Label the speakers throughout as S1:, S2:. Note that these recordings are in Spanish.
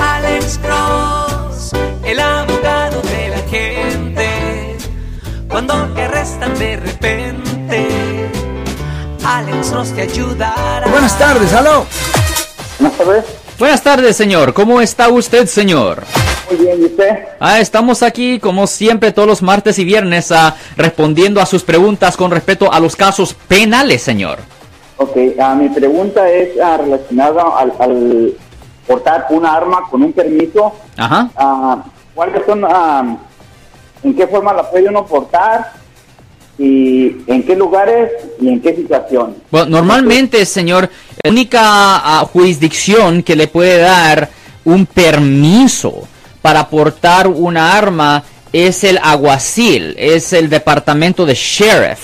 S1: Alex Cross, el abogado de la gente. Cuando te arrestan de repente, Alex Cross te ayudará.
S2: Buenas tardes, aló.
S3: Buenas tardes.
S4: Buenas tardes, señor. ¿Cómo está usted, señor?
S3: Muy bien, ¿y usted?
S4: Ah, estamos aquí, como siempre, todos los martes y viernes, ah, respondiendo a sus preguntas con respecto a los casos penales, señor.
S3: Ok, ah, mi pregunta es ah, relacionada al, al portar una arma con un permiso.
S4: Ajá.
S3: Ah, ¿Cuáles son, ah, en qué forma la puede uno portar? ¿Y en qué lugares y en qué situación?
S4: Bueno, normalmente, señor, la única ah, jurisdicción que le puede dar un permiso para portar una arma es el aguacil, es el departamento de sheriff.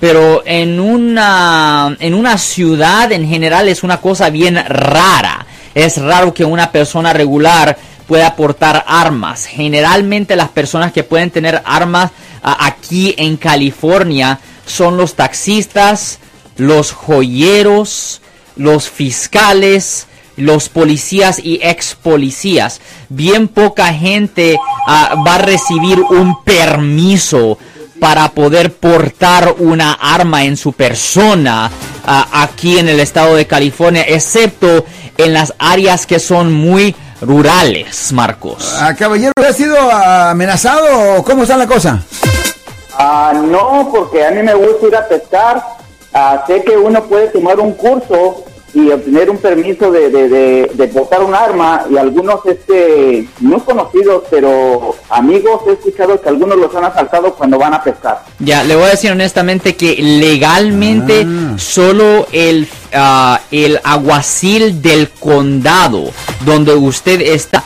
S4: Pero en una, en una ciudad en general es una cosa bien rara. Es raro que una persona regular pueda portar armas. Generalmente las personas que pueden tener armas ah, aquí en California son los taxistas, los joyeros, los fiscales, los policías y ex policías. Bien poca gente ah, va a recibir un permiso para poder portar una arma en su persona ah, aquí en el estado de California, excepto en las áreas que son muy rurales, Marcos.
S2: Ah, caballero, ¿ha sido amenazado o cómo está la cosa?
S3: Ah, no, porque a mí me gusta ir a pescar. Ah, sé que uno puede tomar un curso y obtener un permiso de, de, de, de portar un arma y algunos, este, no conocidos, pero amigos, he escuchado que algunos los han asaltado cuando van a pescar.
S4: Ya, le voy a decir honestamente que legalmente
S2: Ah.
S4: solo el, ah, el aguacil del condado donde usted está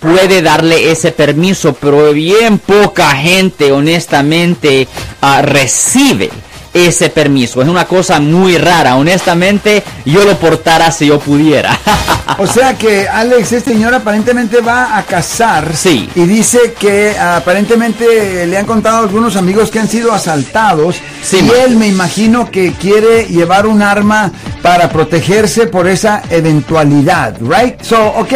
S4: puede darle ese permiso, pero bien poca gente honestamente ah, recibe ese permiso. Es una cosa muy rara. Honestamente, yo lo portara si yo pudiera.
S2: O sea que Alex, este señor aparentemente va a casar.
S4: Sí.
S2: Y dice que aparentemente le han contado algunos amigos que han sido asaltados.
S4: Sí,
S2: Y
S4: ma.
S2: él me imagino que quiere llevar un arma para protegerse por esa eventualidad, right? So, ok,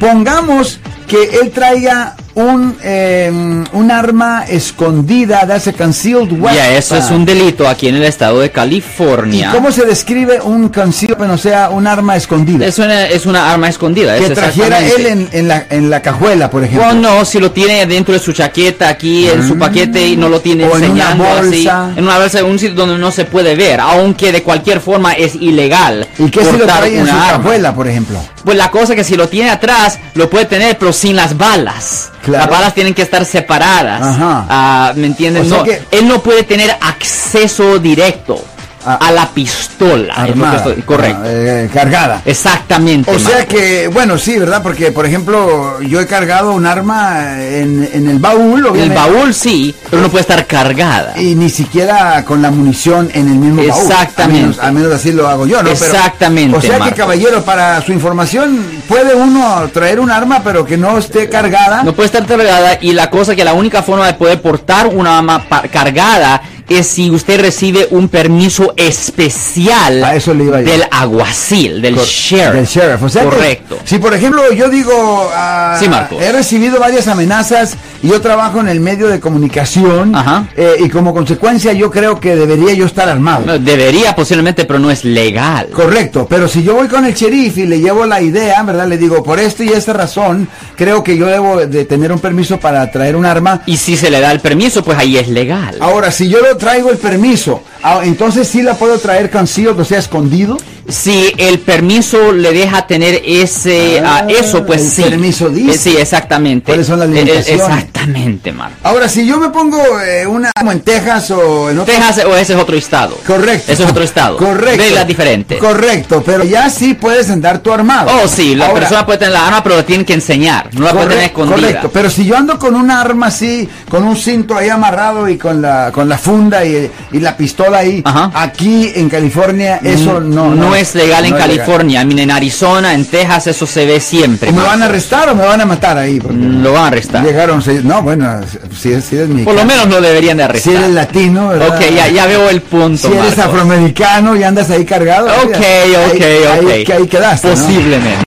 S2: pongamos que él traiga un, eh, un arma escondida, that's a concealed weapon.
S4: ya, eso es un delito aquí en el estado de
S2: ¿Y
S4: California.
S2: cómo se describe un concealed weapon, o sea, un arma escondida?
S4: Es una, es una arma escondida. es
S2: que trajera él
S4: exactamente.
S2: en, en la, en la cajuela, por ejemplo.
S4: Bueno, no, si lo tiene dentro de su chaqueta aquí, en su paquete y no lo tiene
S2: Mm. O en
S4: enseñando
S2: una
S4: así.
S2: bolsa.
S4: En una bolsa, en un sitio donde no se puede ver, aunque de cualquier forma es ilegal.
S2: ¿Y qué si lo
S4: portar
S2: trae en su
S4: una arma.
S2: cajuela, por ejemplo?
S4: Pues la cosa que si lo tiene atrás, lo puede tener, pero sin las balas.
S2: Claro.
S4: Las balas tienen que estar separadas.
S2: Ajá.
S4: Ah, ¿Me entiendes?
S2: O sea
S4: no,
S2: que-
S4: él no puede tener acceso directo
S2: A-
S4: a, la pistola. es lo que
S2: Ah. Armada.
S4: estoy- correcto.
S2: Ah, eh, cargada.
S4: Exactamente.
S2: O sea
S4: Marco.
S2: que, bueno, sí, ¿verdad? Porque, por ejemplo, yo he cargado un arma en, en el baúl,
S4: En el
S2: obviamente,
S4: baúl sí, pero no puede estar cargada.
S2: Y ni siquiera con la munición en el mismo baúl.
S4: Exactamente.
S2: A menos, a menos así lo hago yo, ¿no? Pero-
S4: Exactamente,
S2: o sea que,
S4: Marco.
S2: caballero, para su información, puede uno traer un arma, pero que no esté cargada.
S4: No puede estar cargada y la cosa que la única forma de poder portar una arma pa- cargada es si usted recibe un permiso especial
S2: A eso le iba yo.
S4: del aguacil, del
S2: Cor-
S4: sheriff.
S2: Del sheriff. O sea que
S4: Correcto.
S2: si por ejemplo yo digo, ah,
S4: Sí, Marcos.
S2: he recibido varias amenazas y yo trabajo en el medio de comunicación
S4: Ajá.
S2: eh, y como consecuencia yo creo que debería yo estar armado.
S4: No, Debería posiblemente, pero no es legal.
S2: Correcto, pero si yo voy con el sheriff y le llevo la idea, ¿verdad? Le digo, por esta y esta razón, creo que yo debo de tener un permiso para traer un arma.
S4: Y si se le da el permiso, pues ahí es legal.
S2: Ahora, si yo lo traigo el permiso, ah, entonces sí la puedo traer concealed, o sea, escondido.
S4: Si el permiso le deja tener ese
S2: Ah,
S4: ah, eso, pues
S2: el
S4: sí.
S2: permiso dice.
S4: Eh, Sí, exactamente.
S2: ¿Cuáles son las
S4: Eh, eh,
S2: limitaciones?
S4: Exactamente, Marco.
S2: Ahora, si yo me pongo eh, una como en Texas o en otro
S4: Texas o ese es otro estado.
S2: Correcto.
S4: Ese es otro estado.
S2: Correcto.
S4: Reglas diferentes.
S2: Correcto, pero ya sí puedes andar tu armado.
S4: Oh, sí, la
S2: Ahora,
S4: persona puede tener la arma, pero la tienen que enseñar. No la puede
S2: corre-
S4: tener escondida.
S2: Correcto, pero si yo ando con un arma así, con un cinto ahí amarrado y con la con la funda y, y la pistola ahí,
S4: Ajá. Mm,
S2: aquí en California eso no
S4: no, es legal en
S2: no es
S4: California. I mean, en Arizona, en Texas, eso se ve siempre.
S2: legal. ¿Me van a arrestar o me van a matar ahí? Porque
S4: Mm, Lo van a arrestar.
S2: Llegaron seis- no, bueno, si es, si es mi
S4: Por lo menos lo deberían
S2: si
S4: de arrestar.
S2: eres latino, ¿verdad?
S4: ok, ya, ya veo el punto.
S2: Si eres
S4: Marco.
S2: afroamericano y andas ahí cargado.
S4: Ok,
S2: mira,
S4: ok, Pues
S2: ahí-
S4: ok.
S2: Ahí, ahí quedaste. ¿no?
S4: Posiblemente.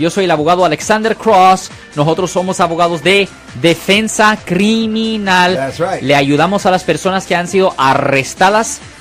S4: Yo soy el abogado Alexander Cross. Nosotros somos abogados de defensa criminal.
S2: That's right.
S4: Le ayudamos a las personas que han sido arrestadas